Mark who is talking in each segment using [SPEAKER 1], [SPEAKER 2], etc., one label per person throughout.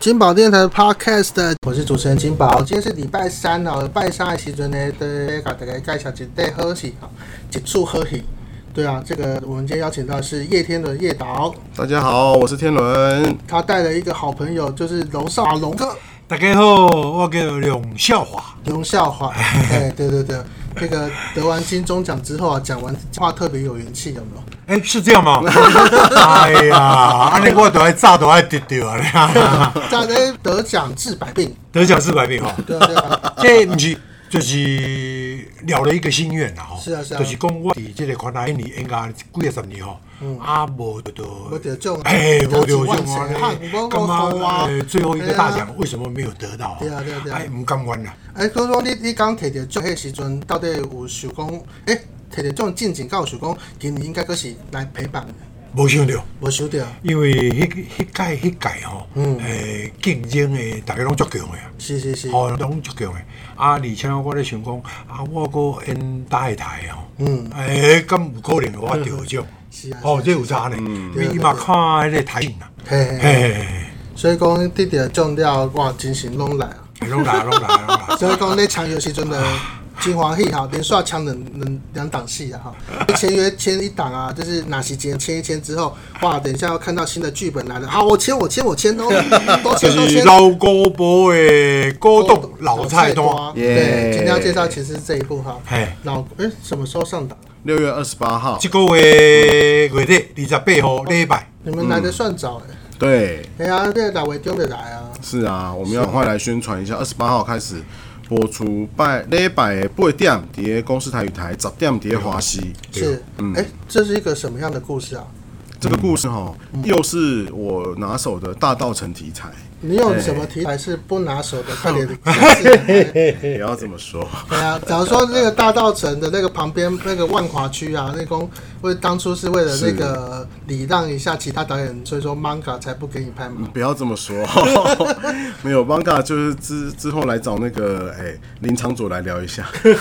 [SPEAKER 1] 金宝电台 Podcast，我是主持人金宝。今天是礼拜三哦，礼拜三的时阵呢，对，给大家介绍一对好戏哈，一处好戏。对啊，这个我们今天邀请到的是叶天伦叶导，
[SPEAKER 2] 大家好，我是天伦。
[SPEAKER 1] 他带了一个好朋友，就是龙少龙哥
[SPEAKER 3] 大家好，我叫梁孝华。
[SPEAKER 1] 龙笑话。哎，对对对，这个得完金钟奖之后啊，讲完话特别有元气，有没有？
[SPEAKER 3] 哎、是这样吗？ 哎呀，安尼我都爱炸，都爱丢丢啊！
[SPEAKER 1] 大家得奖治百病，
[SPEAKER 3] 得奖是百病哦，
[SPEAKER 1] 对啊对啊，
[SPEAKER 3] 这不是就是了了一个心愿啦吼。
[SPEAKER 1] 是啊是啊
[SPEAKER 3] 就是讲我伫这个款来一年应该几啊十年吼，啊无就就
[SPEAKER 1] 嗯没得中
[SPEAKER 3] 哎，无
[SPEAKER 1] 得
[SPEAKER 3] 就
[SPEAKER 1] 万
[SPEAKER 3] 中
[SPEAKER 1] 岁
[SPEAKER 3] 啊
[SPEAKER 1] 汉！无
[SPEAKER 3] 干
[SPEAKER 1] 我啊
[SPEAKER 3] 嘛？哎最后一个大
[SPEAKER 1] 哎
[SPEAKER 3] 奖为什么没有得到？
[SPEAKER 1] 对啊对啊对啊
[SPEAKER 3] 哎，唔甘愿啦。
[SPEAKER 1] 哎，所以说你你刚摕着奖迄时阵，到底有想讲，哎、摕着奖进前，敢有想讲，今年应该阁是来陪伴的，
[SPEAKER 3] 无想到。
[SPEAKER 1] 无想到，
[SPEAKER 3] 因为迄迄届迄届吼，
[SPEAKER 1] 嗯
[SPEAKER 3] 诶，竞争诶，大家拢足强诶啊。
[SPEAKER 1] 是是是，
[SPEAKER 3] 哦，拢足强诶。啊，而且我咧想讲，啊，我个因大台吼，
[SPEAKER 1] 嗯，
[SPEAKER 3] 诶，咁有可能我得奖
[SPEAKER 1] 是啊，
[SPEAKER 3] 哦
[SPEAKER 1] 是啊，
[SPEAKER 3] 这有差呢。伊嘛看迄个台影啦，
[SPEAKER 1] 嘿嘿嘿，
[SPEAKER 3] 嘿，
[SPEAKER 1] 所以讲得着奖了，哇，精神拢来啊，
[SPEAKER 3] 拢来拢来拢来。
[SPEAKER 1] 所以讲咧签约时阵呢，真欢喜哈，连续签两两两档戏啊哈，你签约签一档啊，就是哪些节签一签之后，哇，等一下要看到新的剧本来了，好，我签我签我签哦，都
[SPEAKER 3] 就
[SPEAKER 1] 签都
[SPEAKER 3] 是
[SPEAKER 1] 签。
[SPEAKER 3] 老古堡诶，
[SPEAKER 1] 哦
[SPEAKER 3] 古董老菜单，
[SPEAKER 1] 对，
[SPEAKER 2] 耶
[SPEAKER 1] 今天要介绍其实是这一部哈
[SPEAKER 3] 嘿，
[SPEAKER 1] 老哎什么时候上档？
[SPEAKER 2] 六月二十八号
[SPEAKER 3] 即，个月月底二十八号礼拜，
[SPEAKER 1] 你们来的算早
[SPEAKER 3] 嗯
[SPEAKER 1] 哎，
[SPEAKER 2] 对，
[SPEAKER 1] 哎呀，这哪位丢的来啊？
[SPEAKER 2] 是啊，我们要赶快来宣传一下，二十八号开始播出拜礼拜的八点，伫公司台语台十点伫华西。
[SPEAKER 3] 啊
[SPEAKER 1] 是，
[SPEAKER 3] 嗯
[SPEAKER 1] 哎，这是一个什么样的故事啊？
[SPEAKER 2] 这个故事哈，又是我拿手的大道城题材，
[SPEAKER 1] 你有什么题材是不拿手的？ 快点解释。
[SPEAKER 2] 也要这么说。
[SPEAKER 1] 对啊，假如说那个大道城的那个旁边那个万华区啊，那公为当初是为了那个礼让一下其他导演，所以说 manga 才不给你拍嘛。
[SPEAKER 2] 不要这么说， 没有 Manga 就是之之后来找那个哎、林长佐来聊一下，
[SPEAKER 1] 对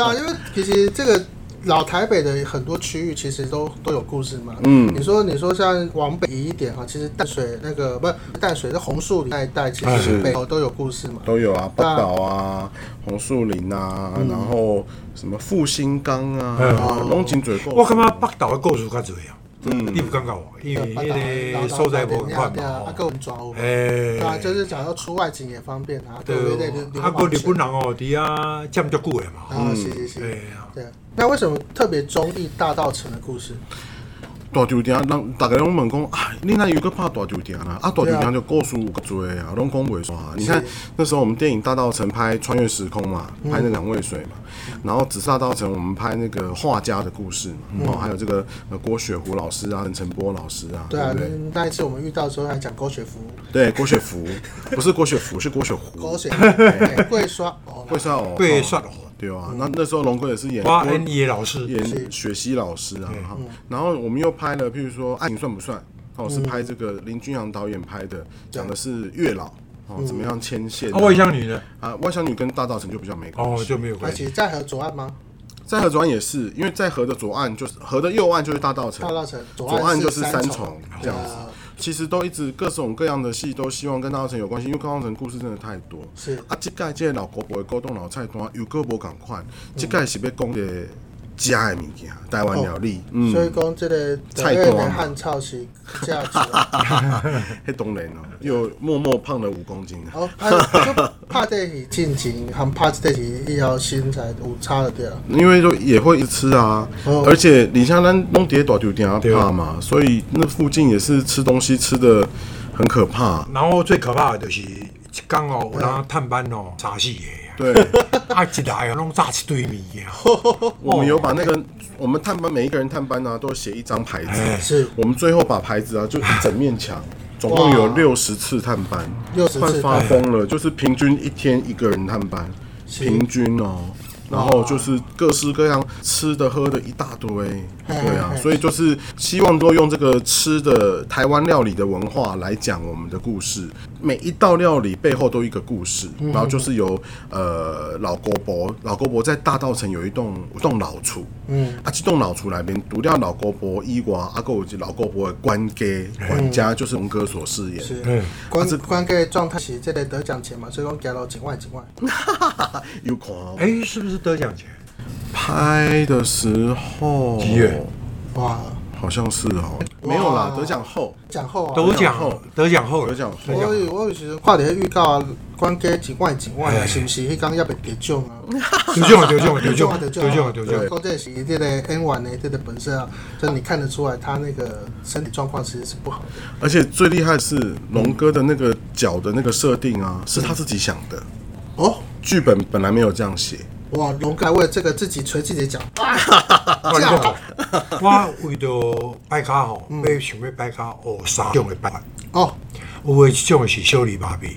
[SPEAKER 1] 啊，因为其实这个老台北的很多区域其实都都有故事嘛。嗯，你说你说像往北移一点啊哈，其实淡水那个不是淡水的红树林那一带，其实北头都有故事嘛。
[SPEAKER 2] 哎都有啊，八岛啊，红树林啊，然后什么复兴岗啊，龙井嘴
[SPEAKER 3] 我
[SPEAKER 2] 构
[SPEAKER 3] 感觉北岛的故事较侪啊，你有感觉无？因为
[SPEAKER 1] 哎啊
[SPEAKER 3] 迄个所在无共款
[SPEAKER 1] 对啊，啊，
[SPEAKER 3] 嘛
[SPEAKER 1] 够
[SPEAKER 3] 吼。
[SPEAKER 1] 抓哦。
[SPEAKER 3] 诶
[SPEAKER 1] 对啊，就是讲要出外景也方便啊，对不对？
[SPEAKER 3] 对，啊，个日本人哦，伫啊占足久的嘛。吼
[SPEAKER 1] 啊，
[SPEAKER 2] 嗯
[SPEAKER 1] 是是是
[SPEAKER 3] 对，啊，
[SPEAKER 1] 对。那为什么特别中意大道城的故事？
[SPEAKER 2] 大酒店，人大家拢问讲，啊，你那有个怕大酒店啊？啊，大酒店就故事有够多啊，拢讲袂煞。你看那时候我们电影《大道城》拍《穿越时空》嘛，拍那两位水嘛，然后《紫色大道城》我们拍那个画家的故事嘛，哦，还有这个呃郭雪湖老师啊，陈波老师啊，
[SPEAKER 1] 对
[SPEAKER 2] 对
[SPEAKER 1] 啊
[SPEAKER 2] 不对？，
[SPEAKER 1] 那一次我们遇到的时候还讲狗血服，
[SPEAKER 2] 对，郭雪芙不是郭雪芙，是郭雪湖。
[SPEAKER 1] 狗 血哎贵刷哦啦，
[SPEAKER 2] 会算哦，
[SPEAKER 3] 被刷
[SPEAKER 2] 哦
[SPEAKER 3] 了。
[SPEAKER 2] 对啊，那那时候龙哥也是演
[SPEAKER 3] 我啊
[SPEAKER 2] 郭
[SPEAKER 3] 演伊的老师，
[SPEAKER 2] 演雪溪老师啊，哈，然后我们又拍了，譬如说《爱情算不算》，哦，是拍这个林君阳导演拍的，讲的是月老哦，怎么样牵线
[SPEAKER 3] 啊，外向女的
[SPEAKER 2] 啊，外向女跟大道城就比较没关系。
[SPEAKER 3] 哦就没有
[SPEAKER 1] 而
[SPEAKER 3] 关系。
[SPEAKER 1] 且在和左岸吗？
[SPEAKER 2] 在河左岸也是，因为在河的左岸就是河的右岸就是大道城，
[SPEAKER 1] 大道城左
[SPEAKER 2] 左
[SPEAKER 1] 岸
[SPEAKER 2] 岸就是是
[SPEAKER 1] 三
[SPEAKER 2] 三
[SPEAKER 1] 重
[SPEAKER 2] 重这样子
[SPEAKER 1] 对啊。
[SPEAKER 2] 其实都一直各种各样的戏都希望跟大道城有关系，因为大道城故事真的太多。
[SPEAKER 1] 是
[SPEAKER 2] 啊，即届即个老国博的古董老啊菜单又个无共款，
[SPEAKER 1] 嗯
[SPEAKER 2] 即届是要讲的食的物件，台湾料理，嗯，
[SPEAKER 1] 所以讲这个台湾的汉草是价值啊。
[SPEAKER 2] 迄当然哦，又默默胖了五公斤。
[SPEAKER 1] 哦，啊，就拍这是进前，含拍这是以后身材有差了对啊。
[SPEAKER 2] 因为就也会一直吃啊，
[SPEAKER 1] 哦
[SPEAKER 2] 而且你像咱弄碟大酒店啊
[SPEAKER 3] 对
[SPEAKER 2] 怕嘛，所以那附近也是吃东西吃的很可怕。
[SPEAKER 3] 然后最可怕的就是一天哦，有人探班哦，炸死的
[SPEAKER 2] 对，
[SPEAKER 3] 啊，啊一来哦，拢炸一堆物件。
[SPEAKER 2] 我们有把那个我们探班每一个人探班啊，都写一张牌子。
[SPEAKER 1] 是
[SPEAKER 2] 我们最后把牌子啊，就一整面墙，总共有六十次探班，
[SPEAKER 1] 60次
[SPEAKER 2] 快发疯了，就是平均一天一个人探班，平均哦。然后就是各式各样吃的喝的一大堆，对啊，所以就是希望都用这个吃的台湾料理的文化来讲我们的故事。每一道料理背后都有一个故事，然后就是由呃老国伯，老国伯在大稻城有一栋有一栋老厝，嗯，啊，这栋老厝内面除了老国伯以外，啊，还有一老国伯的官家，管家就是龙哥所饰演，
[SPEAKER 1] 是，
[SPEAKER 3] 嗯
[SPEAKER 1] 关关键状态是这个得奖前嘛，所以讲加到境外境外，
[SPEAKER 2] 有看哦
[SPEAKER 3] 哎，是不是得奖前？
[SPEAKER 2] 拍的时候
[SPEAKER 3] 几月哎
[SPEAKER 1] 哇，
[SPEAKER 2] 好像是哦，没有啦，
[SPEAKER 1] 哇
[SPEAKER 2] 得奖后，
[SPEAKER 1] 讲后啊，
[SPEAKER 3] 得
[SPEAKER 2] 奖
[SPEAKER 3] 奖
[SPEAKER 2] 后
[SPEAKER 3] 后，得奖后了，啊哎
[SPEAKER 2] 得奖后
[SPEAKER 3] 得奖
[SPEAKER 1] 我有我有时看到预告啊，关键境外境外啊，是不是迄天要被得奖啊？
[SPEAKER 3] 得奖了，得奖了，得奖了，
[SPEAKER 1] 得
[SPEAKER 3] 得
[SPEAKER 1] 奖
[SPEAKER 3] 奖了，得奖了。
[SPEAKER 1] 关键是啊这个 N 晚呢，这个本身啊，就是你看得出来他那个身体状况其实是不好的。
[SPEAKER 2] 而且最厉害的是龙哥的那个脚的那个设定啊，是他自己想的，
[SPEAKER 1] 哦，
[SPEAKER 2] 剧本本来没有这样写，
[SPEAKER 1] 哇，龙哥还为了这个自己捶自己的脚，
[SPEAKER 3] 我跟你讲哦我为着摆卡吼，要想要摆卡学三种的摆法，
[SPEAKER 1] 哦，
[SPEAKER 3] 有诶一种的是小李麻痹，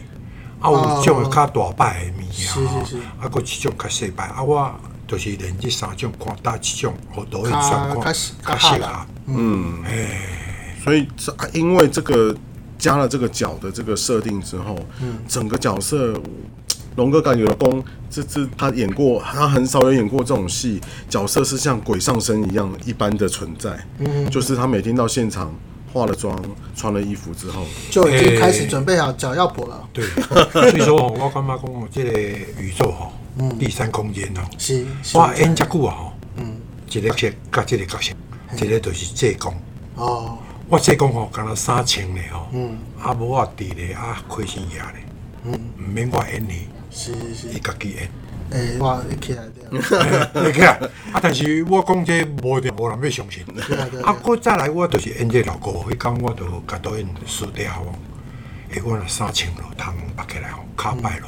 [SPEAKER 3] 啊有一种的较大摆的物件吼
[SPEAKER 1] 是是是，
[SPEAKER 3] 啊佫一种较细摆，啊我就是连这三种看搭一种，我都会
[SPEAKER 1] 较
[SPEAKER 3] 转
[SPEAKER 1] 较
[SPEAKER 3] 看，
[SPEAKER 1] 细
[SPEAKER 3] 较
[SPEAKER 1] 较
[SPEAKER 3] 细
[SPEAKER 1] 合啦
[SPEAKER 3] 啊。
[SPEAKER 2] 所以这啊因为这个加了这个脚的这个设定之后，整个角色龙哥感觉公这这他演过，他很少有演过这种戏，角色是像鬼上身一样一般的存在，就是他每天到现场化了妆、穿了衣服之后，
[SPEAKER 1] 就已经开始准备好脚要跛了。
[SPEAKER 3] 对， 所以说吼，我感觉讲吼，这个宇宙吼，第三空间吼，
[SPEAKER 1] 嗯是，是嗯
[SPEAKER 3] 我演遮久啊吼，一个角色甲这个角色，一个就是济公，
[SPEAKER 1] 哦，
[SPEAKER 3] 我济公吼，敢若三千咧吼，
[SPEAKER 1] 嗯
[SPEAKER 3] 啊无我伫咧啊开心爷咧，毋免我演你，
[SPEAKER 1] 是是是
[SPEAKER 3] 伊，家己演。
[SPEAKER 1] 诶、哎哇，一起来的，
[SPEAKER 3] 你看，啊！但是我讲这无定无人要相信
[SPEAKER 1] 啊对啊。
[SPEAKER 3] 啊，我再来，我就是演这老哥，迄天我就甲导演私底下讲，诶，我若三千落通拔起来吼，骹摆落，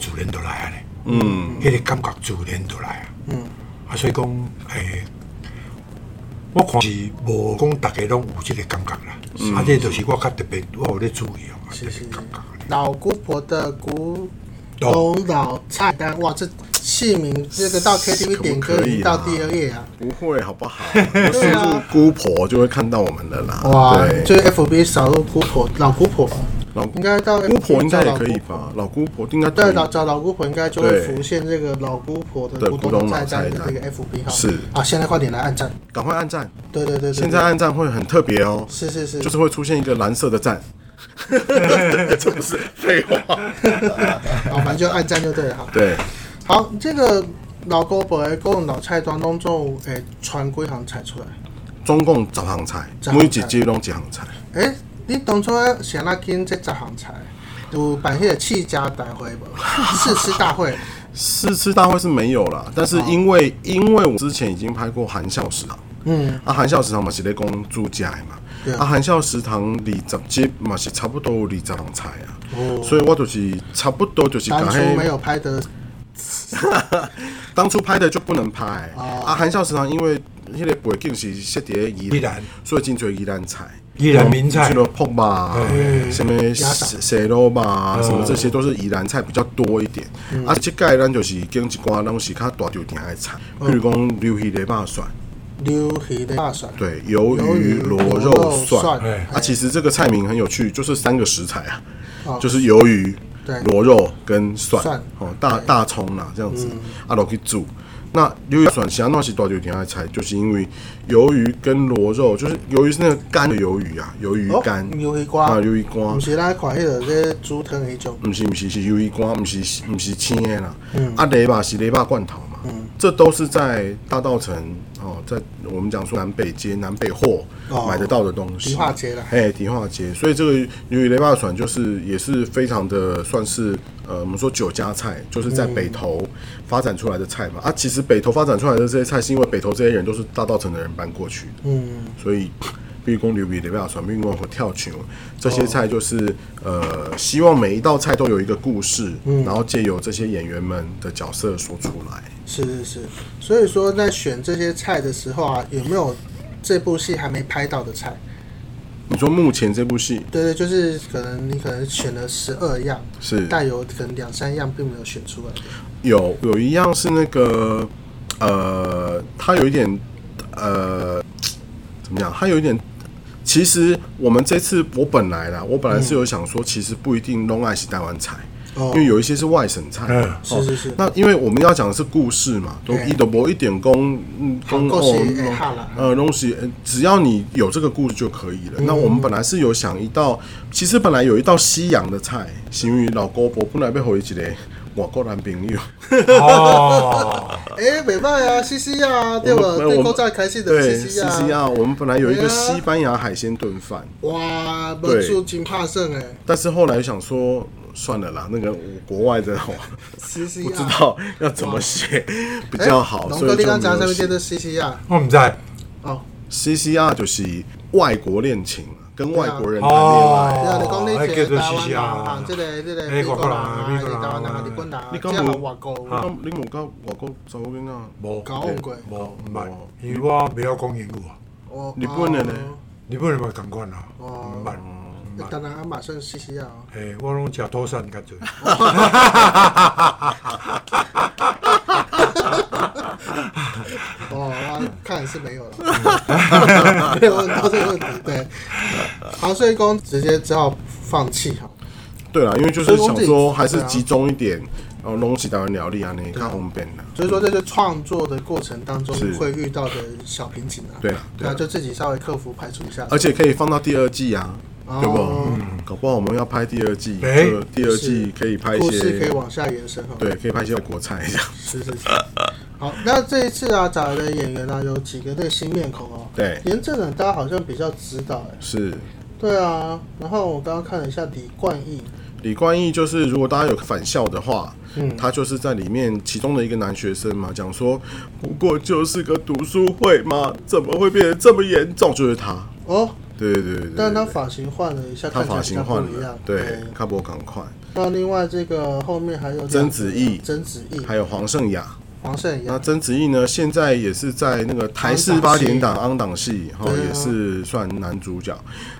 [SPEAKER 3] 自然就来啊咧。嗯，迄个感觉自然就来啊。嗯，啊，所以讲，诶，我看是无讲逐个拢有即个感觉啦。啊，这就是我较特别，我有咧注意哦，啊特
[SPEAKER 1] 是
[SPEAKER 3] 别
[SPEAKER 1] 是
[SPEAKER 3] 感觉咧。
[SPEAKER 1] 老姑婆的古
[SPEAKER 3] 懂
[SPEAKER 1] 董老菜单，哇，这戏名这个到 KTV 点歌
[SPEAKER 2] 可
[SPEAKER 1] 已
[SPEAKER 2] 以
[SPEAKER 1] 经
[SPEAKER 2] 啊
[SPEAKER 1] 到第二页啊，
[SPEAKER 2] 不会好不好？我输入姑婆就会看到我们了啦。
[SPEAKER 1] 哇，
[SPEAKER 2] 对
[SPEAKER 1] 就是 FB 少了姑婆，老姑婆吧，
[SPEAKER 2] 老
[SPEAKER 1] 应该到
[SPEAKER 2] 姑婆应该也可以
[SPEAKER 1] 找老姑
[SPEAKER 2] 吧？老姑婆应该
[SPEAKER 1] 对，老找老姑婆应该就会
[SPEAKER 2] 对
[SPEAKER 1] 浮现这个老姑婆的
[SPEAKER 2] 对
[SPEAKER 1] 古
[SPEAKER 2] 古董
[SPEAKER 1] 董菜
[SPEAKER 2] 老
[SPEAKER 1] 单
[SPEAKER 2] 菜
[SPEAKER 1] 的这
[SPEAKER 2] 单
[SPEAKER 1] 个 FB 号。
[SPEAKER 2] 是
[SPEAKER 1] 啊，现在快点来按赞。
[SPEAKER 2] 赶快按赞，
[SPEAKER 1] 对对对对，
[SPEAKER 2] 现在按赞会很特别哦，
[SPEAKER 1] 是是是，
[SPEAKER 2] 就是会出现一个蓝色的赞。这不是废话。
[SPEAKER 1] 啊，反正就按赞就对了哈。
[SPEAKER 2] 对，
[SPEAKER 1] 好，这个老姑婆的古董老菜单当中，诶，传几行菜出来？
[SPEAKER 2] 中共十行菜，
[SPEAKER 1] 十行
[SPEAKER 2] 每
[SPEAKER 1] 菜
[SPEAKER 2] 一集拢一项菜。
[SPEAKER 1] 诶、你当初想那跟这十项菜，有办迄个企家大会 无？试吃大会
[SPEAKER 2] 试吃大会是没有啦，但是因为因为我之前已经拍过韩笑食堂，嗯，啊韩笑食堂嘛是咧讲住家的嘛，
[SPEAKER 1] 对啊
[SPEAKER 2] 啊韩笑食堂二十集嘛是差不多有二十行菜啊，所以我就是差不多就是
[SPEAKER 1] 当
[SPEAKER 2] 讲
[SPEAKER 1] 初没有拍的，
[SPEAKER 2] 当初拍的就不能拍、啊。韩笑食堂因为迄个背景是设伫咧宜
[SPEAKER 3] 哦宜
[SPEAKER 2] 兰
[SPEAKER 3] 兰，
[SPEAKER 2] 所以真侪宜兰菜。
[SPEAKER 3] 宜兰名菜
[SPEAKER 2] 什么泡吧，什么蟹肉
[SPEAKER 3] 哦
[SPEAKER 2] 吧，什么这些都是宜兰菜比较多一点。
[SPEAKER 3] 嗯
[SPEAKER 2] 啊，这届咱就是跟一寡拢是较大条店的菜，比如讲溜鱼雷霸蒜，
[SPEAKER 3] 哦
[SPEAKER 1] 溜鱼的大蒜，
[SPEAKER 2] 对，鱿
[SPEAKER 1] 鱿鱼
[SPEAKER 2] 鱼
[SPEAKER 1] 螺
[SPEAKER 2] 螺
[SPEAKER 1] 肉
[SPEAKER 2] 肉
[SPEAKER 1] 蒜
[SPEAKER 2] 蒜
[SPEAKER 1] 哎。
[SPEAKER 2] 啊，其实这个菜名很有趣，就是三个食材啊，
[SPEAKER 1] 哦
[SPEAKER 2] 就是鱿鱼
[SPEAKER 1] 对、
[SPEAKER 2] 螺肉跟蒜
[SPEAKER 1] 蒜，嗯
[SPEAKER 2] 哦，大大葱啦这样子，啊落去煮。那鱿鱼蒜其他那是大酒店的菜，就是因为鱿鱼跟螺肉，就是鱿鱼是那个干的鱿鱼啊，鱿鱼干、
[SPEAKER 1] 哦鱿鱼干
[SPEAKER 2] 啊，鱿鱼干
[SPEAKER 1] 毋，是咱看迄个这猪汤迄种，
[SPEAKER 2] 不是不是是鱿鱼干，不是不是青的啦，啊雷吧是雷吧罐头嘛，这都是在大稻城哦，在我们讲说南北街、南北货
[SPEAKER 1] 哦
[SPEAKER 2] 买得到的东西，
[SPEAKER 1] 迪化街啦
[SPEAKER 2] 哎，迪化街，所以这个鱿鱼雷霸船就是也是非常的算是呃，我们说酒家菜，就是在北投发展出来的菜嘛。啊，其实北投发展出来的这些菜，是因为北投这些人都是大稻城的人搬过去的，嗯，所以。比如讲牛皮雷霸船，比如讲跳球，这些菜就是、呃，希望每一道菜都有一个故事，然后借由这些演员们的角色说出来。
[SPEAKER 1] 是是是。所以说，在选这些菜的时候啊，有没有这部戏还没拍到的菜？
[SPEAKER 2] 你说目前这部戏
[SPEAKER 1] 对对，就是可能你可能选了十二样，
[SPEAKER 2] 是
[SPEAKER 1] 但有可能两三样并没有选出来的。
[SPEAKER 2] 有有一样是那个呃，它有一点呃，怎么讲？它有一点其实我们这次我本来啦，我本来是有想说，其实不一定拢爱是台湾菜。
[SPEAKER 1] 嗯哦
[SPEAKER 2] 因为有一些是外省菜，
[SPEAKER 3] 嗯
[SPEAKER 1] 是
[SPEAKER 2] 哦
[SPEAKER 1] 是是
[SPEAKER 2] 那因为我们要讲的是故事嘛，都
[SPEAKER 1] 对
[SPEAKER 2] 一都无一点公嗯公
[SPEAKER 1] 故事会
[SPEAKER 2] 哦
[SPEAKER 1] 合啦
[SPEAKER 2] 呃东西，呃只要你有这个故事就可以了。那我
[SPEAKER 1] 嗯
[SPEAKER 2] 们本来是有想一道，其实本来有一道西洋的菜，是因为老姑婆本来要回一个外国男朋友，
[SPEAKER 3] 哦，
[SPEAKER 1] 哎，北拜啊，西西啊，对吧？
[SPEAKER 2] 我
[SPEAKER 1] 对，
[SPEAKER 2] 们
[SPEAKER 1] 国在开始的
[SPEAKER 2] 对
[SPEAKER 1] 西
[SPEAKER 2] 西
[SPEAKER 1] 西啊，
[SPEAKER 2] 西亚，我们本来有一个
[SPEAKER 1] 对啊
[SPEAKER 2] 西班牙海鲜炖饭，
[SPEAKER 1] 哇，不
[SPEAKER 2] 对
[SPEAKER 1] 出金怕胜哎，
[SPEAKER 2] 但是后来想说算了啦，那个国外的我
[SPEAKER 1] 西西
[SPEAKER 2] 不知
[SPEAKER 1] 啊，
[SPEAKER 2] 道要怎么写比较好，
[SPEAKER 1] 哎龙
[SPEAKER 2] 所
[SPEAKER 1] 哥，
[SPEAKER 2] 以
[SPEAKER 1] 你
[SPEAKER 2] 就
[SPEAKER 1] 刚
[SPEAKER 2] 没
[SPEAKER 1] 讲什
[SPEAKER 2] 有
[SPEAKER 1] 么
[SPEAKER 2] 写
[SPEAKER 1] 叫。做西西啊？
[SPEAKER 3] 我唔知道，
[SPEAKER 1] 哦，
[SPEAKER 2] CCR 就是外国恋情，跟外国人谈恋爱。
[SPEAKER 1] 对啊，你讲
[SPEAKER 3] 哦那
[SPEAKER 1] 你
[SPEAKER 3] 叫做
[SPEAKER 1] 个
[SPEAKER 3] 西
[SPEAKER 1] 台
[SPEAKER 3] 西
[SPEAKER 1] 湾
[SPEAKER 3] 啊
[SPEAKER 1] 人，即个即个
[SPEAKER 3] 美
[SPEAKER 1] 美
[SPEAKER 3] 国
[SPEAKER 1] 国
[SPEAKER 3] 人
[SPEAKER 1] 人
[SPEAKER 3] 啊
[SPEAKER 1] 啊，
[SPEAKER 3] 美
[SPEAKER 1] 你
[SPEAKER 3] 国人啊
[SPEAKER 1] 台湾人啊，日本人啊，
[SPEAKER 2] 你
[SPEAKER 1] 即
[SPEAKER 2] 讲
[SPEAKER 1] 系
[SPEAKER 2] 无
[SPEAKER 1] 外国
[SPEAKER 2] 你敢你无甲外国查某囡仔？
[SPEAKER 3] 无
[SPEAKER 1] 搞混过，
[SPEAKER 3] 无唔捌，因为我未晓讲英语啊，
[SPEAKER 1] 哦
[SPEAKER 2] 日本的呢
[SPEAKER 3] 日本人嘛同款啊，唔捌，
[SPEAKER 1] 哦当然啊，马上西西啊，
[SPEAKER 3] 诶，我拢食土产较侪，
[SPEAKER 1] 哦，啊看来是没有了，没有问到这个问题，对，好，所以公直接只好放弃哈，
[SPEAKER 2] 对啊啦，因为就是想说还
[SPEAKER 1] 啊
[SPEAKER 2] 是集中一点，然后拢起台湾料理啊，你看红边啦。
[SPEAKER 1] 所以说这是创作的过程当中
[SPEAKER 2] 是
[SPEAKER 1] 会遇到的小瓶颈啊，
[SPEAKER 2] 对啊对啊
[SPEAKER 1] 那就自己稍微克服排除一下，
[SPEAKER 2] 而且可以放到第二季啊，
[SPEAKER 1] 哦
[SPEAKER 2] 对不？嗯搞不好我们要拍第二季，
[SPEAKER 3] 哎
[SPEAKER 2] 就第二季可以拍一
[SPEAKER 1] 故事可以
[SPEAKER 2] 些，
[SPEAKER 1] 往下延伸哈，
[SPEAKER 2] 对，可以拍一些国菜这样。
[SPEAKER 1] 是是是。好，那这一次啊，找的演员呢、有几个对新面孔哦。
[SPEAKER 2] 对
[SPEAKER 1] 严正冷大家好像比较知道哎。
[SPEAKER 2] 是
[SPEAKER 1] 对啊，然后我刚刚看了一下李冠毅，
[SPEAKER 2] 李冠毅就是，如果大家有返校的话，
[SPEAKER 1] 嗯
[SPEAKER 2] 他就是在里面其中的一个男学生嘛，讲说不过就是个读书会嘛，怎么会变得这么严重？就是他，
[SPEAKER 1] 哦，
[SPEAKER 2] 对对对对对
[SPEAKER 1] 但他发型换了一下，
[SPEAKER 2] 嗯他
[SPEAKER 1] 看起来
[SPEAKER 2] 发
[SPEAKER 1] 比
[SPEAKER 2] 型
[SPEAKER 1] 较
[SPEAKER 2] 换
[SPEAKER 1] 不一样嗯
[SPEAKER 2] 了。，对，卡博赶快，
[SPEAKER 1] 那另外这个后面还有两个
[SPEAKER 2] 曾子毅
[SPEAKER 1] 曾子毅，
[SPEAKER 2] 还有黄圣雅。
[SPEAKER 1] 黄圣
[SPEAKER 2] 那
[SPEAKER 1] 雅，
[SPEAKER 2] 曾子毅呢，现在也是在那个台视
[SPEAKER 1] 昂
[SPEAKER 2] 八
[SPEAKER 1] 档戏
[SPEAKER 2] 点档昂档戏，哈、
[SPEAKER 1] 对啊
[SPEAKER 2] 也是算男主角。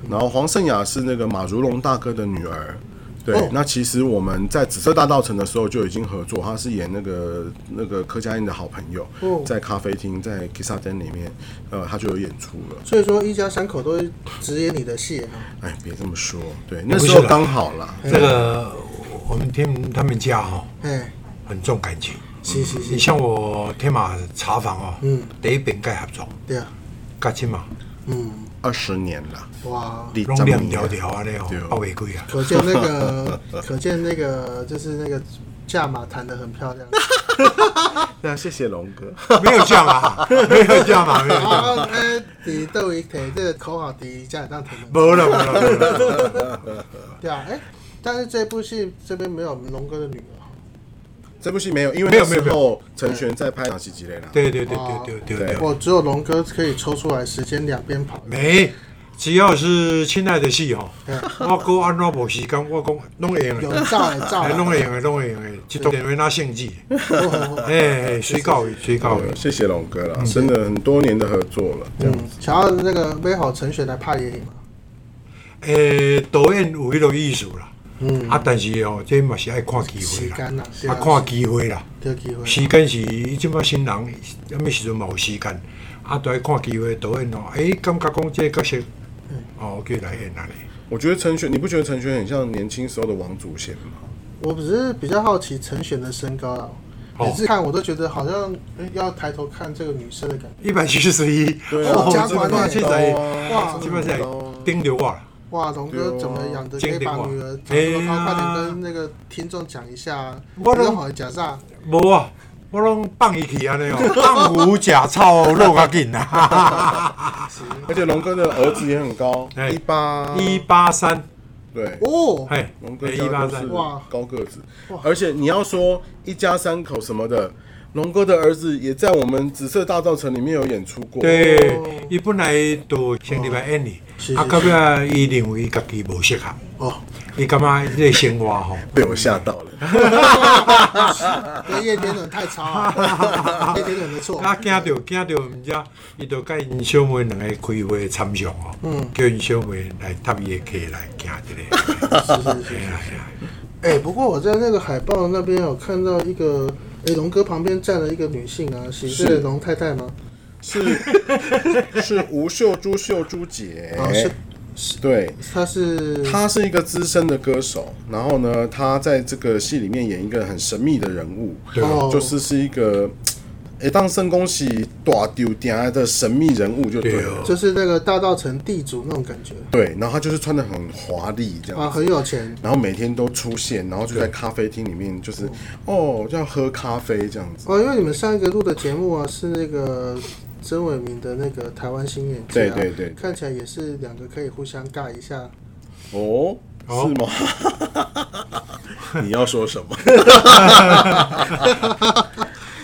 [SPEAKER 2] 然后黄圣雅是那个马如龙大哥的女儿。对，
[SPEAKER 1] 哦
[SPEAKER 2] 那其实我们在《紫色大道城》的时候就已经合作，她是演那个那个柯佳嬿的好朋友，
[SPEAKER 1] 哦
[SPEAKER 2] 在咖啡厅在 k i s s a 店里面，呃，她就有演出了。
[SPEAKER 1] 所以说一家三口都会直演你的戏啊哈。
[SPEAKER 2] 哎，别这么说，对，那时候刚好啦，
[SPEAKER 3] 这个我们听他们家哈
[SPEAKER 1] 哎，
[SPEAKER 3] 很重感情，
[SPEAKER 1] 是是
[SPEAKER 3] 你
[SPEAKER 1] 是，
[SPEAKER 2] 嗯
[SPEAKER 3] 像我天马茶坊哦，
[SPEAKER 1] 嗯
[SPEAKER 3] 第一遍甲合作，
[SPEAKER 1] 对啊，
[SPEAKER 3] 甲即嘛，
[SPEAKER 1] 嗯，
[SPEAKER 2] 二十年啦，
[SPEAKER 1] 哇。
[SPEAKER 2] 你
[SPEAKER 3] 拢亮条条安尼哦
[SPEAKER 2] 对，
[SPEAKER 3] 八违规啊，
[SPEAKER 1] 可见那个， 可见那个，就是那个价码谈得很漂 亮。
[SPEAKER 3] 啊
[SPEAKER 2] 那谢谢龙哥。
[SPEAKER 3] 没有这样啊，没有这样啊，没有这样啊，
[SPEAKER 1] 啊，哎，你窦唯提这个口号第一家里当提名，
[SPEAKER 3] 无啦无啦无啦无啦，
[SPEAKER 1] 对啊，哎，但是这部戏这边没有龙哥的女儿，
[SPEAKER 2] 这部戏没有，因为
[SPEAKER 3] 没有
[SPEAKER 2] 那时
[SPEAKER 3] 没有没有
[SPEAKER 2] 候陈璇在拍《长期积累》啦。
[SPEAKER 3] 对对对对对对对，
[SPEAKER 1] 我哦只有龙哥可以抽出来时间两边跑。
[SPEAKER 3] 没，只要是亲爱的戏哦，
[SPEAKER 1] 嗯
[SPEAKER 3] 我哥安怎无时间，我讲拢会 用
[SPEAKER 1] 有
[SPEAKER 3] 的，
[SPEAKER 1] 照哎照
[SPEAKER 3] 哎，
[SPEAKER 1] 的，
[SPEAKER 3] 拢会用的，拢会用的，一通电话哪性质，
[SPEAKER 1] 哦
[SPEAKER 3] 哎，哎水到位，水到位，
[SPEAKER 2] 谢谢龙哥
[SPEAKER 3] 嗯
[SPEAKER 2] 啦，真的很多年的合作了。这样
[SPEAKER 1] 嗯，想要那个美好陈雪来拍电影嘛？
[SPEAKER 3] 诶，哎导演有迄个意思啦，
[SPEAKER 1] 嗯，
[SPEAKER 3] 啊，但是哦，这嘛是爱看机
[SPEAKER 1] 时
[SPEAKER 3] 会啦，
[SPEAKER 1] 间啦，对
[SPEAKER 3] 啊，看机会啦。
[SPEAKER 1] 有机会。
[SPEAKER 3] 时间是伊即摆新人，什物时阵嘛有时间，啊，都爱看机会导演哦。诶、感觉讲即个角色，
[SPEAKER 1] 嗯
[SPEAKER 3] 哦，叫来演安尼。
[SPEAKER 2] 我觉得陈璇，你不觉得陈璇很像年轻时候的王祖贤吗？
[SPEAKER 1] 我只是比较好奇陈雪的身高啦，每次看我都觉得好像哎要抬头看这个女生的感觉。
[SPEAKER 3] 一百七十一，哦
[SPEAKER 1] 啊加
[SPEAKER 3] 即摆
[SPEAKER 1] 管哦呢
[SPEAKER 3] 即在
[SPEAKER 1] 哇
[SPEAKER 3] 即摆在顶啊着我啦。
[SPEAKER 1] 哇，龙哥怎么养的？可
[SPEAKER 3] 对哦
[SPEAKER 1] 以把女儿长
[SPEAKER 3] 经
[SPEAKER 1] 这
[SPEAKER 3] 历
[SPEAKER 1] 么
[SPEAKER 3] 过
[SPEAKER 1] 高，快点跟那个听众讲一下。啊
[SPEAKER 3] 我都
[SPEAKER 1] 不用好假设。
[SPEAKER 3] 无啊，我拢放伊去安 尼哦，放牛食草落较紧啊啦。
[SPEAKER 2] 而且龙哥的儿子也很高，
[SPEAKER 3] 哎
[SPEAKER 2] 一八
[SPEAKER 3] 一八三，
[SPEAKER 2] 对，
[SPEAKER 1] 哦，
[SPEAKER 3] 嘿，
[SPEAKER 2] 龙哥
[SPEAKER 3] 哎一
[SPEAKER 2] 家
[SPEAKER 3] 八
[SPEAKER 2] 都是
[SPEAKER 3] 三，
[SPEAKER 1] 哇
[SPEAKER 2] 高个子，而且你要说一家三口什么的，龙哥的儿子也在我们《紫色大造城》里面有演出过。
[SPEAKER 3] 对，伊本来都先礼拜演哩
[SPEAKER 1] 是，
[SPEAKER 3] 啊，
[SPEAKER 1] 是
[SPEAKER 3] 到尾伊认为家己无适合，
[SPEAKER 1] 哦，
[SPEAKER 3] 伊感觉这个生活吼。
[SPEAKER 2] 被我吓到了。
[SPEAKER 1] 跟叶天冷太差了，叶天冷的错。
[SPEAKER 3] 啊，惊到惊到，毋知伊就甲因小妹两个开会参详哦，
[SPEAKER 1] 嗯
[SPEAKER 3] 叫因小妹来搭伊的客来行一 下。
[SPEAKER 1] 是是是
[SPEAKER 3] 哎。呀哎呀
[SPEAKER 1] 哎、不过我在那个海报那边有看到一个，哎、龙哥旁边站了一个女性啊，是
[SPEAKER 2] 是
[SPEAKER 1] 是龙太太吗？
[SPEAKER 2] 是 是吴秀珠秀珠姐，
[SPEAKER 1] 哦是
[SPEAKER 2] 对，
[SPEAKER 1] 他是
[SPEAKER 2] 她是一个资深的歌手，然后呢，她在这个戏里面演一个很神秘的人物，
[SPEAKER 3] 对啊
[SPEAKER 1] 哦
[SPEAKER 2] 就是是一个。诶，当圣公喜大丢嗲的神秘人物就对
[SPEAKER 3] 对
[SPEAKER 2] 了
[SPEAKER 3] 哦，
[SPEAKER 1] 就是那个大道城地主那种感觉
[SPEAKER 2] 对，然后他就是穿的很华丽这样
[SPEAKER 1] 啊，很有钱。
[SPEAKER 2] 然后每天都出现，然后就在咖啡厅里面，就是哦要喝咖啡这样子。
[SPEAKER 1] 哦，因为你们上一个录的节目啊，是那个曾伟明的那个台湾新演技、啊，
[SPEAKER 2] 对对对
[SPEAKER 1] 看起来也是两个可以互相尬一下。
[SPEAKER 2] 哦，是吗？ 你要说什么？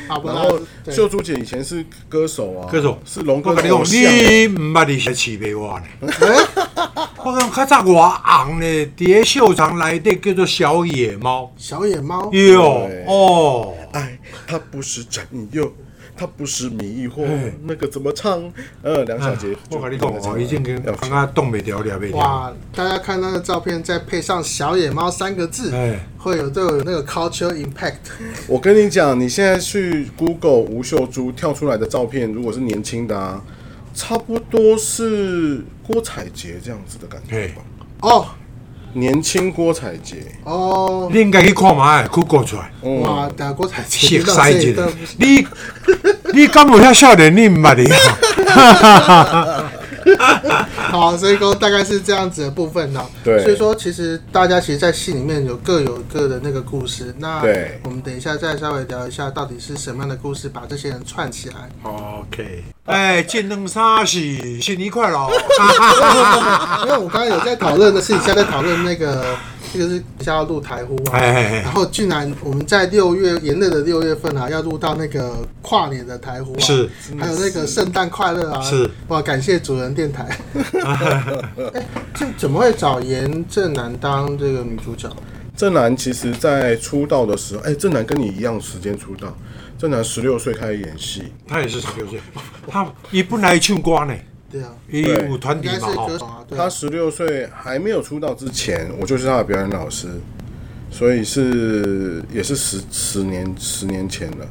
[SPEAKER 1] 好吧，
[SPEAKER 2] 然后
[SPEAKER 1] 对
[SPEAKER 2] 秀珠姐以前是歌手啊，
[SPEAKER 3] 歌手
[SPEAKER 2] 是龙
[SPEAKER 3] 我
[SPEAKER 2] 哥
[SPEAKER 3] 跟
[SPEAKER 2] 的
[SPEAKER 3] 你
[SPEAKER 2] 偶
[SPEAKER 3] 讲，
[SPEAKER 2] 像
[SPEAKER 3] 你毋捌伫遐饲 袂活呢？我讲较早偌红咧，伫咧秀场内底叫做小野猫。
[SPEAKER 1] 小野猫，
[SPEAKER 3] 哟
[SPEAKER 2] 对
[SPEAKER 3] 哦，
[SPEAKER 2] 哎，他不是展佑，他不是迷惑，
[SPEAKER 3] 哎
[SPEAKER 2] 那个怎么唱？呃，梁小姐，
[SPEAKER 3] 我跟你讲哦，已经跟
[SPEAKER 2] 要
[SPEAKER 3] 刚刚冻袂掉了，袂掉。
[SPEAKER 1] 哇！大家看那个照片，再配上“小野猫”三个字，
[SPEAKER 3] 哎
[SPEAKER 1] 会有都有那个 culture impact。
[SPEAKER 2] 我跟你讲，你现在去 Google 吴秀珠跳出来的照片，如果是年轻的啊，差不多是郭采洁这样子的感觉
[SPEAKER 3] 哎
[SPEAKER 2] 吧。
[SPEAKER 1] 哦
[SPEAKER 2] 年轻郭采洁，哦
[SPEAKER 1] 哦，
[SPEAKER 3] 你应该去看嘛，Google 出来，
[SPEAKER 2] 嗯
[SPEAKER 1] 哇！等下郭采洁 听
[SPEAKER 3] 熟
[SPEAKER 1] 到这
[SPEAKER 3] 悉
[SPEAKER 1] 一
[SPEAKER 3] 一
[SPEAKER 1] 段
[SPEAKER 3] 下
[SPEAKER 1] 不是。
[SPEAKER 3] 你 你敢有遐少年，你毋 捌的啊？
[SPEAKER 1] 好，所以说大概是这样子的部分呢、哦
[SPEAKER 2] 对
[SPEAKER 1] 所以说其实大家其实，在戏里面有各有各的那个故事。那
[SPEAKER 2] 对
[SPEAKER 1] 我们等一下再稍微聊一下，到底是什么样的故事把这些人串起来。
[SPEAKER 2] 哦
[SPEAKER 3] OK，哎，进两三四，新年快乐！
[SPEAKER 1] 因为我刚刚有在讨论的是，你现在在讨论那个，这个是要录台呼啊，
[SPEAKER 3] 哎哎哎
[SPEAKER 1] 然后竟然我们在六月炎热的六月份啊，要录到那个跨年的台呼啊，
[SPEAKER 3] 是，
[SPEAKER 1] 还有那个圣诞快乐啊，
[SPEAKER 3] 是，
[SPEAKER 1] 哇，感谢主人电 台。哎，这怎么会找严正南当这个女主角？
[SPEAKER 2] 郑楠其实在出道的时候，哎、郑楠跟你一样时间出道，郑楠十六岁开始演戏，
[SPEAKER 3] 他也是十六岁，他伊本来唱歌呢，
[SPEAKER 1] 对啊，
[SPEAKER 3] 伊
[SPEAKER 2] 对
[SPEAKER 3] 有团
[SPEAKER 1] 应
[SPEAKER 3] 体
[SPEAKER 1] 该是
[SPEAKER 3] 嘛
[SPEAKER 1] 歌手
[SPEAKER 3] 吼。
[SPEAKER 1] 啊，对啊
[SPEAKER 2] 他，十六岁还没有出道之前，我就是他的表演老师，所以是也是十十年十年前了。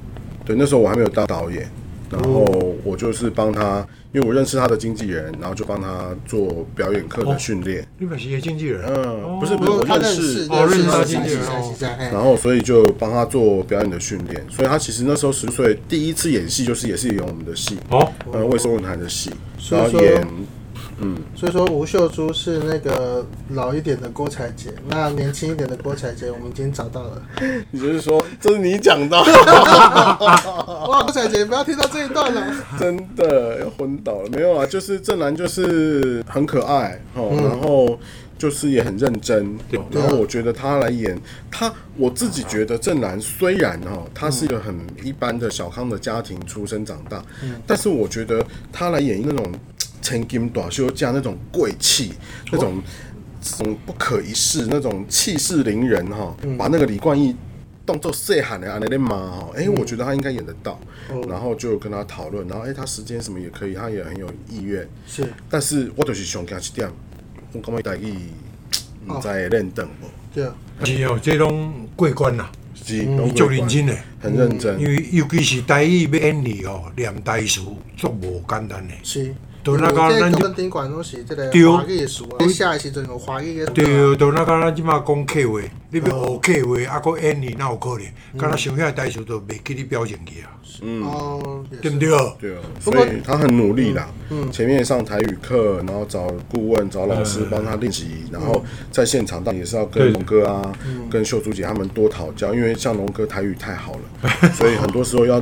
[SPEAKER 2] 对，那时候我还没有当导演，然后我就是帮他，因为我认识他的经纪人，然后就帮他做表演课的训练。
[SPEAKER 3] 你嘛是伊经纪人，
[SPEAKER 2] 嗯，不是不
[SPEAKER 1] 不
[SPEAKER 2] 是，
[SPEAKER 1] 过
[SPEAKER 2] 我
[SPEAKER 1] 他
[SPEAKER 2] 认
[SPEAKER 1] 识
[SPEAKER 2] 识。
[SPEAKER 3] 哦认识他
[SPEAKER 1] 他
[SPEAKER 3] 经纪人哦
[SPEAKER 2] 然后，所以就帮他做表演的训练，所以他其实那时候十岁第一次演戏，就是也是演我们的戏，
[SPEAKER 3] 哦，
[SPEAKER 2] 呃，卫视论坛的戏，
[SPEAKER 1] 所
[SPEAKER 2] 然
[SPEAKER 1] 以
[SPEAKER 2] 后
[SPEAKER 1] 说
[SPEAKER 2] 演
[SPEAKER 1] 所以说吴秀珠是那个老一点的郭采洁，那年轻一点的郭采洁我们已经找到了。
[SPEAKER 2] 你就是说， 这是你讲的，
[SPEAKER 1] 哇，郭采洁不要听到这一段了。
[SPEAKER 2] 真的要昏倒了。没有啊，就是正男就是很可爱哦，然后就是也很认真。哦然后我觉得他来演他，我自己觉得正男虽然哦，他是一个很一般的小康的家庭出生长大，但是我觉得他来演那种千金短袖架那种贵气，那种。这种不可一世那种气势凌人哈、把那个李冠毅动作细喊的安那妈哈，哎、我觉得他应该演得到，然后就跟他讨论，然后哎、他时间什么也可以，他也很有意愿，
[SPEAKER 1] 是
[SPEAKER 2] 但是我就是想讲一点，我感觉大意唔知会认等无，
[SPEAKER 1] 对啊，
[SPEAKER 3] 是哦，这种过关啦，
[SPEAKER 2] 是
[SPEAKER 3] 足认真诶。
[SPEAKER 2] 很认真，
[SPEAKER 3] 因为尤其是台语要演你哦，念台词足无简单诶。
[SPEAKER 1] 是。
[SPEAKER 3] 就那个咱
[SPEAKER 1] 咱
[SPEAKER 3] 就
[SPEAKER 1] 就宾馆拢是这个
[SPEAKER 3] 对
[SPEAKER 1] 华语的书啊，下一期阵有华语的书啊。
[SPEAKER 3] 对哦，就那敢咱即马讲客话，你要学客话，啊，搁演你哪有可能？敢若想遐台词都袂记你表情去啊，
[SPEAKER 1] 哦，也
[SPEAKER 3] 对
[SPEAKER 1] 是
[SPEAKER 3] 毋对？
[SPEAKER 2] 对啊，
[SPEAKER 1] 不过
[SPEAKER 2] 所以他很努力啦。嗯，前面上台语课，然后找顾问、找老师帮他练习，然后在现场当然也是要
[SPEAKER 3] 对
[SPEAKER 2] 跟龙哥啊、跟秀珠姐他们多讨教，因为像龙哥台语太好了， 所以很多时候要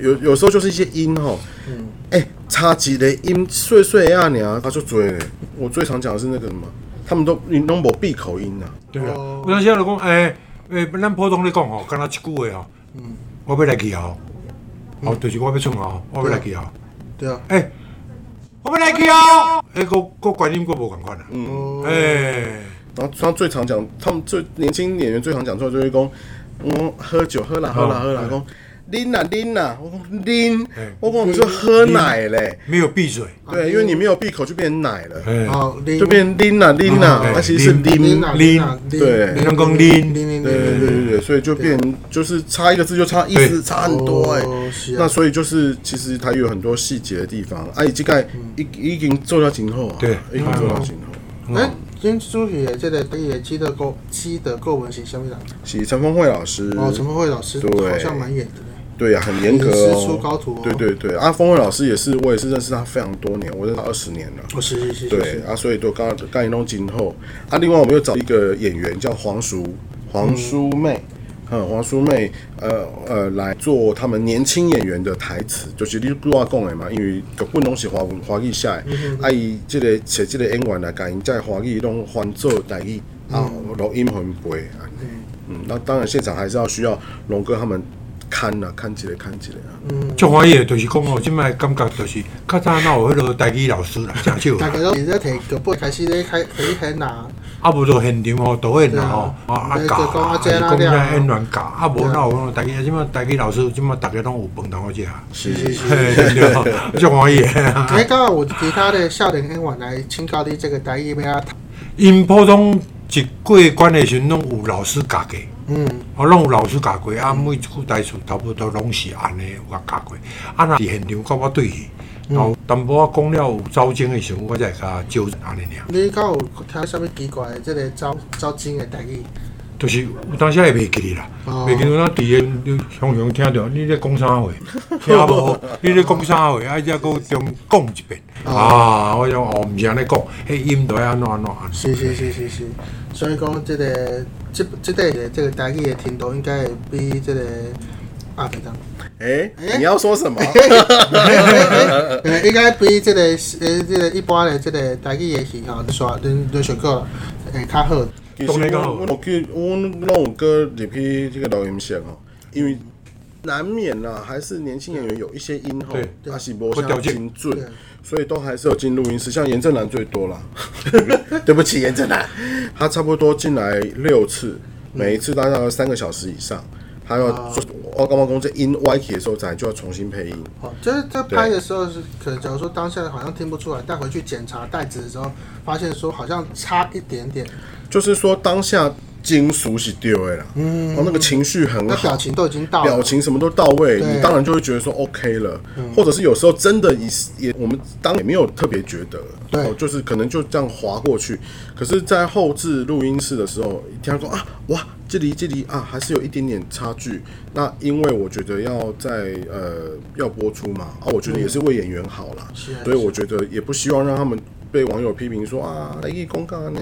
[SPEAKER 2] 有有时候就是一些音哈，哎，差几的音碎碎啊，你啊，他就追了。我最常讲的是那个什么，他们都你弄某闭口音啊，
[SPEAKER 3] 对啊
[SPEAKER 1] 哦，
[SPEAKER 3] 有当时啊就讲，诶诶，咱普通咧讲吼，敢若一句话吼，我要来去啊，哦，就是我要创啊，我要来去啊，
[SPEAKER 1] 对啊。
[SPEAKER 3] 诶，我要来去啊，诶，个个观音个无共款啊，哎
[SPEAKER 1] 哦，
[SPEAKER 3] 诶，
[SPEAKER 2] 然后他最常讲，他们最年轻演员最常讲出来就是讲，我喝酒喝啦喝啦喝啦，讲拎啊拎啊，我讲拎
[SPEAKER 3] 哎，
[SPEAKER 2] 我讲你就喝奶嘞，
[SPEAKER 3] 没有闭嘴，
[SPEAKER 2] 对，因为你没有闭口就变奶了，
[SPEAKER 3] 哎，
[SPEAKER 1] 好，
[SPEAKER 2] 就变拎啊拎啊
[SPEAKER 3] 哎，
[SPEAKER 2] 它其实是
[SPEAKER 1] 拎
[SPEAKER 2] 拎，
[SPEAKER 1] 啊
[SPEAKER 3] 拎
[SPEAKER 1] 啊拎，
[SPEAKER 2] 对
[SPEAKER 3] 人工拎
[SPEAKER 1] 拎拎
[SPEAKER 2] 对对对
[SPEAKER 1] 拎，
[SPEAKER 2] 对对，所以就变就是差一个字就差意思
[SPEAKER 3] 对
[SPEAKER 2] 差很多哎、
[SPEAKER 1] 哦是啊
[SPEAKER 2] 那所以就是其实它有很多细节的地方，啊，伊即个已已经做到今后啊，
[SPEAKER 3] 对
[SPEAKER 2] 已经做到今后。
[SPEAKER 1] 哎，今主席的这个对的记得构记得构文是什么人？
[SPEAKER 2] 是陈峰慧老师
[SPEAKER 1] 哦，陈慧老师
[SPEAKER 2] 嗯对
[SPEAKER 1] 好像蛮严的，
[SPEAKER 2] 对呀、很严格
[SPEAKER 1] 饮食
[SPEAKER 2] 哦，
[SPEAKER 1] 出高徒哦
[SPEAKER 2] 对对对，啊，峰慧老师也是，我也是认识他非常多年，我认识他二十年了。
[SPEAKER 1] 哦，是是是，
[SPEAKER 2] 对啊，所以都刚刚一弄今后啊，另外我们又找一个演员叫黄淑黄淑妹，嗯，黄淑妹，呃呃，来做他们年轻演员的台词，就是你对我讲的嘛，因为各本拢是华文华语写的，啊，伊这个写这个演员来甲因在华语拢翻做台语啊，录音混配啊，嗯，那当然现场还是要需要龙哥他们看啊，看起来看起来啊，
[SPEAKER 1] 嗯
[SPEAKER 3] 足欢喜的，就是讲哦，即摆感觉就是较早哪有迄落台语老师啦，诚少
[SPEAKER 1] 大
[SPEAKER 3] 啦
[SPEAKER 1] 家，都现在提剧本开始咧开开开拿，
[SPEAKER 3] 啊无就现场哦导演啦吼，啊啊教
[SPEAKER 1] 就讲啊
[SPEAKER 3] 啊，
[SPEAKER 1] 这
[SPEAKER 3] 是
[SPEAKER 1] 那
[SPEAKER 3] 讲
[SPEAKER 1] 那
[SPEAKER 3] 遐演员教，啊无哪有讲台语，即摆台语老师即摆逐个拢有饭堂好食，啊
[SPEAKER 2] 是是是，
[SPEAKER 3] 嘿对吧足欢喜的 啊。
[SPEAKER 1] 哎，刚好有其他的少年演员来请教你这个台语咩啊？
[SPEAKER 3] 因普通一过关的时阵，拢有老师教过，
[SPEAKER 1] 嗯，
[SPEAKER 3] 哦，拢有老师教过，啊，每一句台词差不多拢是安尼有甲教过，啊，若伫现场甲我对戏，然后淡薄仔讲了有招精的时阵，我才会甲纠正安尼尔，
[SPEAKER 1] 你刚有听什么奇怪的这个招招金的台语？
[SPEAKER 3] 就是有当时也袂记哩啦，
[SPEAKER 1] 哦
[SPEAKER 3] 袂、记哩，咱伫个你常常听着你咧讲啥话，听无，你咧讲啥话，啊，再佫重讲一遍，啊，我讲哦，毋是安尼讲，迄音台安怎安怎安怎，
[SPEAKER 1] 是是是是是，所以讲这个这这代的这个台语的程度应该会比这个啊，对 的。
[SPEAKER 2] 哎、你要说什么？
[SPEAKER 1] 呃，哎应该比这个呃这个一般的这个台语的戏吼，刷恁恁上课会较好。
[SPEAKER 2] 其实
[SPEAKER 3] 当然
[SPEAKER 2] 我
[SPEAKER 3] 讲
[SPEAKER 2] 我去，我拢有搁入去这个录音室吼，因为难免啦，还是年轻演员有一些音吼
[SPEAKER 3] 对，
[SPEAKER 2] 他是无
[SPEAKER 3] 会掉
[SPEAKER 2] 像
[SPEAKER 3] 进
[SPEAKER 2] 精准
[SPEAKER 1] 对，
[SPEAKER 2] 所以都还是有进录音室。像严正南最多啦， 对不起严正南，他差不多进来六次，每一次大概三个小时以上。他要做我干嘛工这音歪起的时候，咱就要重新配音。
[SPEAKER 1] 哦，就是在拍的时候是，可能假如说当下好像听不出来，带回去检查带子的时候，发现说好像差一点点，
[SPEAKER 2] 就是说当下金属是丢的啦，嗯，然后那个情绪很
[SPEAKER 1] 那
[SPEAKER 2] 好
[SPEAKER 1] 表，情都已经到了，
[SPEAKER 2] 表情什么都到位，
[SPEAKER 1] 对嗯
[SPEAKER 2] 你当然就会觉得说 OK 了，或者是有时候真的也是也我们当然也没有特别觉得，
[SPEAKER 1] 对
[SPEAKER 2] 哦就是可能就这样划过去。可是，在后置录音室的时候，一听说啊，哇，这里这里啊，还是有一点点差距。那因为我觉得要在呃要播出嘛，啊，我觉得也是为演员好啦，
[SPEAKER 1] 是啊
[SPEAKER 2] 所以我觉得也不希望让他们。被网友批评说啊，来一公告呢，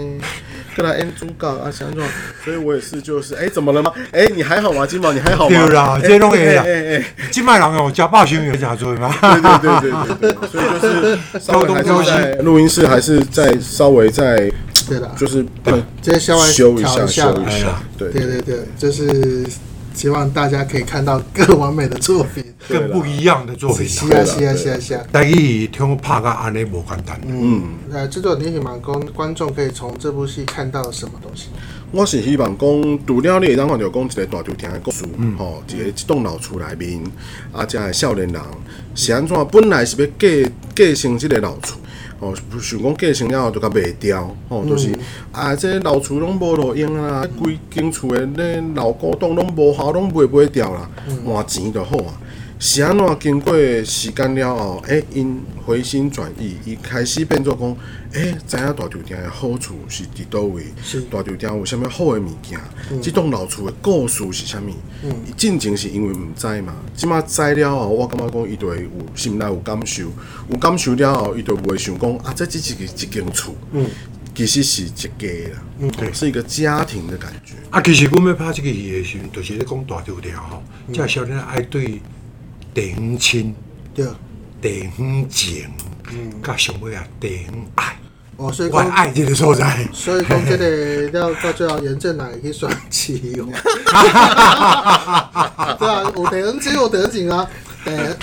[SPEAKER 2] 跟来 N 主告啊，想想，所以我也是就是，哎、怎么了吗？哎、你还好吗，金毛？你还好吗？
[SPEAKER 3] 对啦
[SPEAKER 2] 哎
[SPEAKER 3] 这拢 会啦
[SPEAKER 2] 哎哎哎
[SPEAKER 3] 即摆人哦，食饱先有诚多嘛。
[SPEAKER 2] 对对对对对，所以就是稍微还是在录音室，还是在稍微在
[SPEAKER 1] 对啦，
[SPEAKER 2] 就是
[SPEAKER 1] 嗯
[SPEAKER 2] 呃
[SPEAKER 1] 这稍微
[SPEAKER 2] 修一
[SPEAKER 1] 调
[SPEAKER 2] 下
[SPEAKER 1] 一下
[SPEAKER 2] 修
[SPEAKER 1] 啦
[SPEAKER 2] 一下，对
[SPEAKER 1] 对对对，就是希望大家可以看到更完美的作品。
[SPEAKER 3] 更不一样的作品
[SPEAKER 1] 是
[SPEAKER 3] 啦。
[SPEAKER 1] 啊是啊是啊是啊，
[SPEAKER 3] 台语听拍到安尼无简单，
[SPEAKER 1] 嗯，呃，制作人你喜欢公观众可以从这部戏看到什么东西？
[SPEAKER 2] 我是希望讲，除了你会当看到讲一个大稻埕的故事，吼、一个一栋老厝内面，啊，遮个少年人是安怎？本来是要继继承即个老厝，吼、想讲继承了后就甲卖掉，吼、哦就是、啊，这老厝拢无路用啊，规间厝的咧老古董拢无效，拢卖袂掉啦，换、钱就好啊。是安怎经过时间了后，诶、因回心转意，伊开始变做讲，诶、知影大稻埕的好处是伫倒位，大稻埕有啥物好的物件，即栋、老厝的故事是啥物？伊进前是因为毋知嘛，即马知了后，我感觉讲伊就会有心内有感受，有感受了后，伊就袂想讲啊，这只是一间厝，其实是一家啦，哦是一个家庭的感觉。
[SPEAKER 3] 啊，其实阮要拍即个戏的时阵，就是咧讲大条条吼，
[SPEAKER 1] 嗯
[SPEAKER 3] 即个少年爱对地方亲、
[SPEAKER 1] 对，
[SPEAKER 3] 地方情，甲上尾啊地方爱，
[SPEAKER 1] 哦，所以
[SPEAKER 3] 我
[SPEAKER 1] 嗯讲
[SPEAKER 3] 爱即个所在。
[SPEAKER 1] 所以讲，这个要到最后严正来去选起用。对啊，有地方只有地方啊，诶，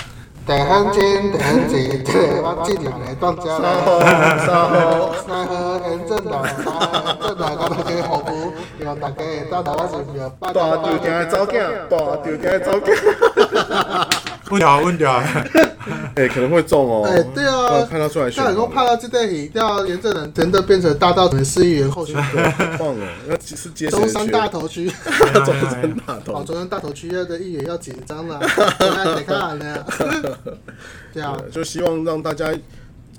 [SPEAKER 1] 地香煎，地香煎，地香煎人嚟當家啦。三號很正常，正常咁大家服務，讓大家到台灣是唔大
[SPEAKER 2] 大條件的走囝，大條件的走囝。
[SPEAKER 3] 问掉问掉，
[SPEAKER 2] 哎，可能会中哦。
[SPEAKER 1] 哎，对啊，
[SPEAKER 2] 看他出来选
[SPEAKER 1] 那，你说拍到这代戏，要连正人真的变成大道城市议员候选人，
[SPEAKER 2] 棒哦，那是接谁
[SPEAKER 1] 中
[SPEAKER 2] 的
[SPEAKER 1] 山
[SPEAKER 2] 缺
[SPEAKER 1] 大头区，
[SPEAKER 2] 中山大
[SPEAKER 1] 哦，
[SPEAKER 2] 头，
[SPEAKER 1] 中山大头区的议员要紧张了，那得看呢。对啊，
[SPEAKER 2] 就希望让大家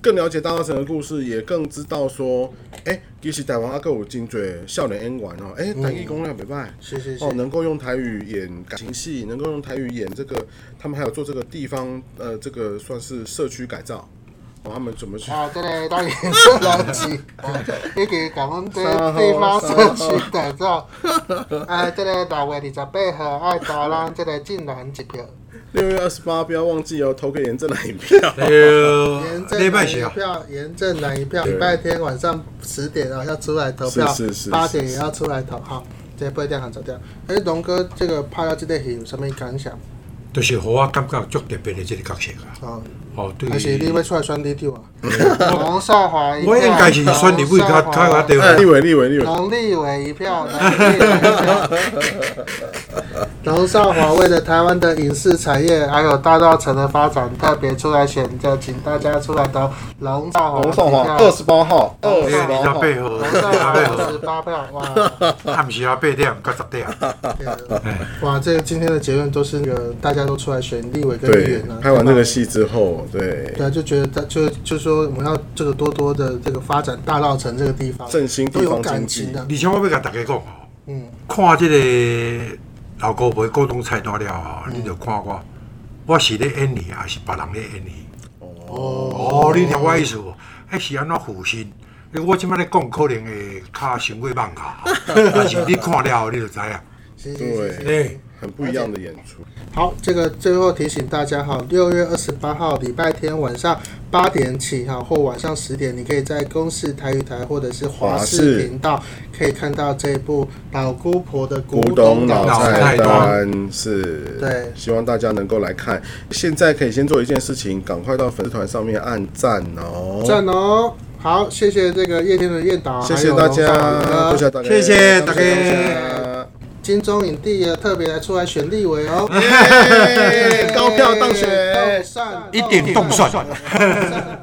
[SPEAKER 2] 更了解大稻城的故事，也更知道说，哎、其实台湾阿哥有真侪少年演员哦，哎、台语讲了袂歹，
[SPEAKER 1] 嗯是是是
[SPEAKER 2] 哦，能够用台语演感情戏，能够用台语演这个，他们还有做这个地方，呃，这个算是社区改造，哦，他们怎么去？
[SPEAKER 1] 啊，这个当然是老几，你给讲阮这地方社区改造，啊，这个六月二十八号爱投咱这个进南一票，
[SPEAKER 2] 六月二十八，不要忘记哦，投给严正来影票。
[SPEAKER 1] 啊严
[SPEAKER 3] 礼
[SPEAKER 1] 正
[SPEAKER 3] 拜
[SPEAKER 1] 南
[SPEAKER 3] 是
[SPEAKER 1] 一
[SPEAKER 3] 啊，
[SPEAKER 1] 票，严正南一票，礼拜天晚上十点啊要出来投票
[SPEAKER 2] 是是是，
[SPEAKER 1] 八
[SPEAKER 2] 是
[SPEAKER 1] 点也要出来投，好，这不一定很走掉。哎，龙哥，这个拍到这个戏有什么感想？
[SPEAKER 3] 就是互我感觉足特别的这个角色啊。
[SPEAKER 1] 啊，
[SPEAKER 3] 哦，对，
[SPEAKER 1] 还是你要出来选立委啊？龙少华一票，
[SPEAKER 3] 我应该是选立委较较较对
[SPEAKER 2] 哎，立
[SPEAKER 3] 啦。
[SPEAKER 2] 伟，立伟，立伟，
[SPEAKER 1] 龙立伟一票，龙立伟一票。龙少华为了台湾的影视产业还有大稻城的发展，特别出来选择，请大家出来投龙少华一票。
[SPEAKER 2] 龙少华二十八号，二
[SPEAKER 3] 二
[SPEAKER 2] 十
[SPEAKER 3] 十
[SPEAKER 2] 八
[SPEAKER 3] 八
[SPEAKER 2] 号，
[SPEAKER 3] 号，
[SPEAKER 1] 龙少
[SPEAKER 3] 二十
[SPEAKER 1] 华二十八
[SPEAKER 3] 八
[SPEAKER 1] 票，哇！
[SPEAKER 3] 号，暗时哦啊八点到十点，
[SPEAKER 1] 哇，这个今天的结论都是那个大家都出来选立委跟议
[SPEAKER 2] 对
[SPEAKER 1] 员了、，啊
[SPEAKER 2] 拍完这
[SPEAKER 1] 对吧
[SPEAKER 2] 个戏之后，对，
[SPEAKER 1] 对啊，就觉得大就就说我们要这个多多的这个发展大稻城这个地方，
[SPEAKER 2] 振兴地
[SPEAKER 1] 都有
[SPEAKER 2] 方
[SPEAKER 1] 感
[SPEAKER 2] 经济
[SPEAKER 1] 情的，
[SPEAKER 3] 而且我要甲大家讲哦，
[SPEAKER 1] 嗯，
[SPEAKER 3] 看即个老高陪广东菜单了哦，你就看我，我是咧演你，还是别人咧演你？哦，你听我意思无？迄是安怎负心？我即摆咧讲，可能会较伤过放下， 但是你看了后你就知啊。
[SPEAKER 1] 是是是是
[SPEAKER 2] 对，很不一样的演出。
[SPEAKER 1] 好，这个最后提醒大家哈，六月二十八号礼拜天晚上八点起哈，或晚上十点，你可以在公视台语台或者是华视频道可以看到这一部《老姑婆的古
[SPEAKER 2] 古
[SPEAKER 1] 董
[SPEAKER 2] 董
[SPEAKER 1] 老
[SPEAKER 2] 老
[SPEAKER 1] 菜》。
[SPEAKER 2] 菜
[SPEAKER 3] 菜
[SPEAKER 2] 单是，
[SPEAKER 1] 对
[SPEAKER 2] 希望大家能够来看。现在可以先做一件事情，赶快到粉丝团上面按赞哦，
[SPEAKER 1] 赞哦！好，谢谢这个夜天的夜导，
[SPEAKER 2] 谢谢大家，多谢大家，
[SPEAKER 3] 谢谢大家
[SPEAKER 2] 家，
[SPEAKER 1] 呃金钟影帝也特别来出来选立委哦，
[SPEAKER 2] 哎耶高票当选
[SPEAKER 1] 动算，
[SPEAKER 3] 哦一点动算
[SPEAKER 1] 动算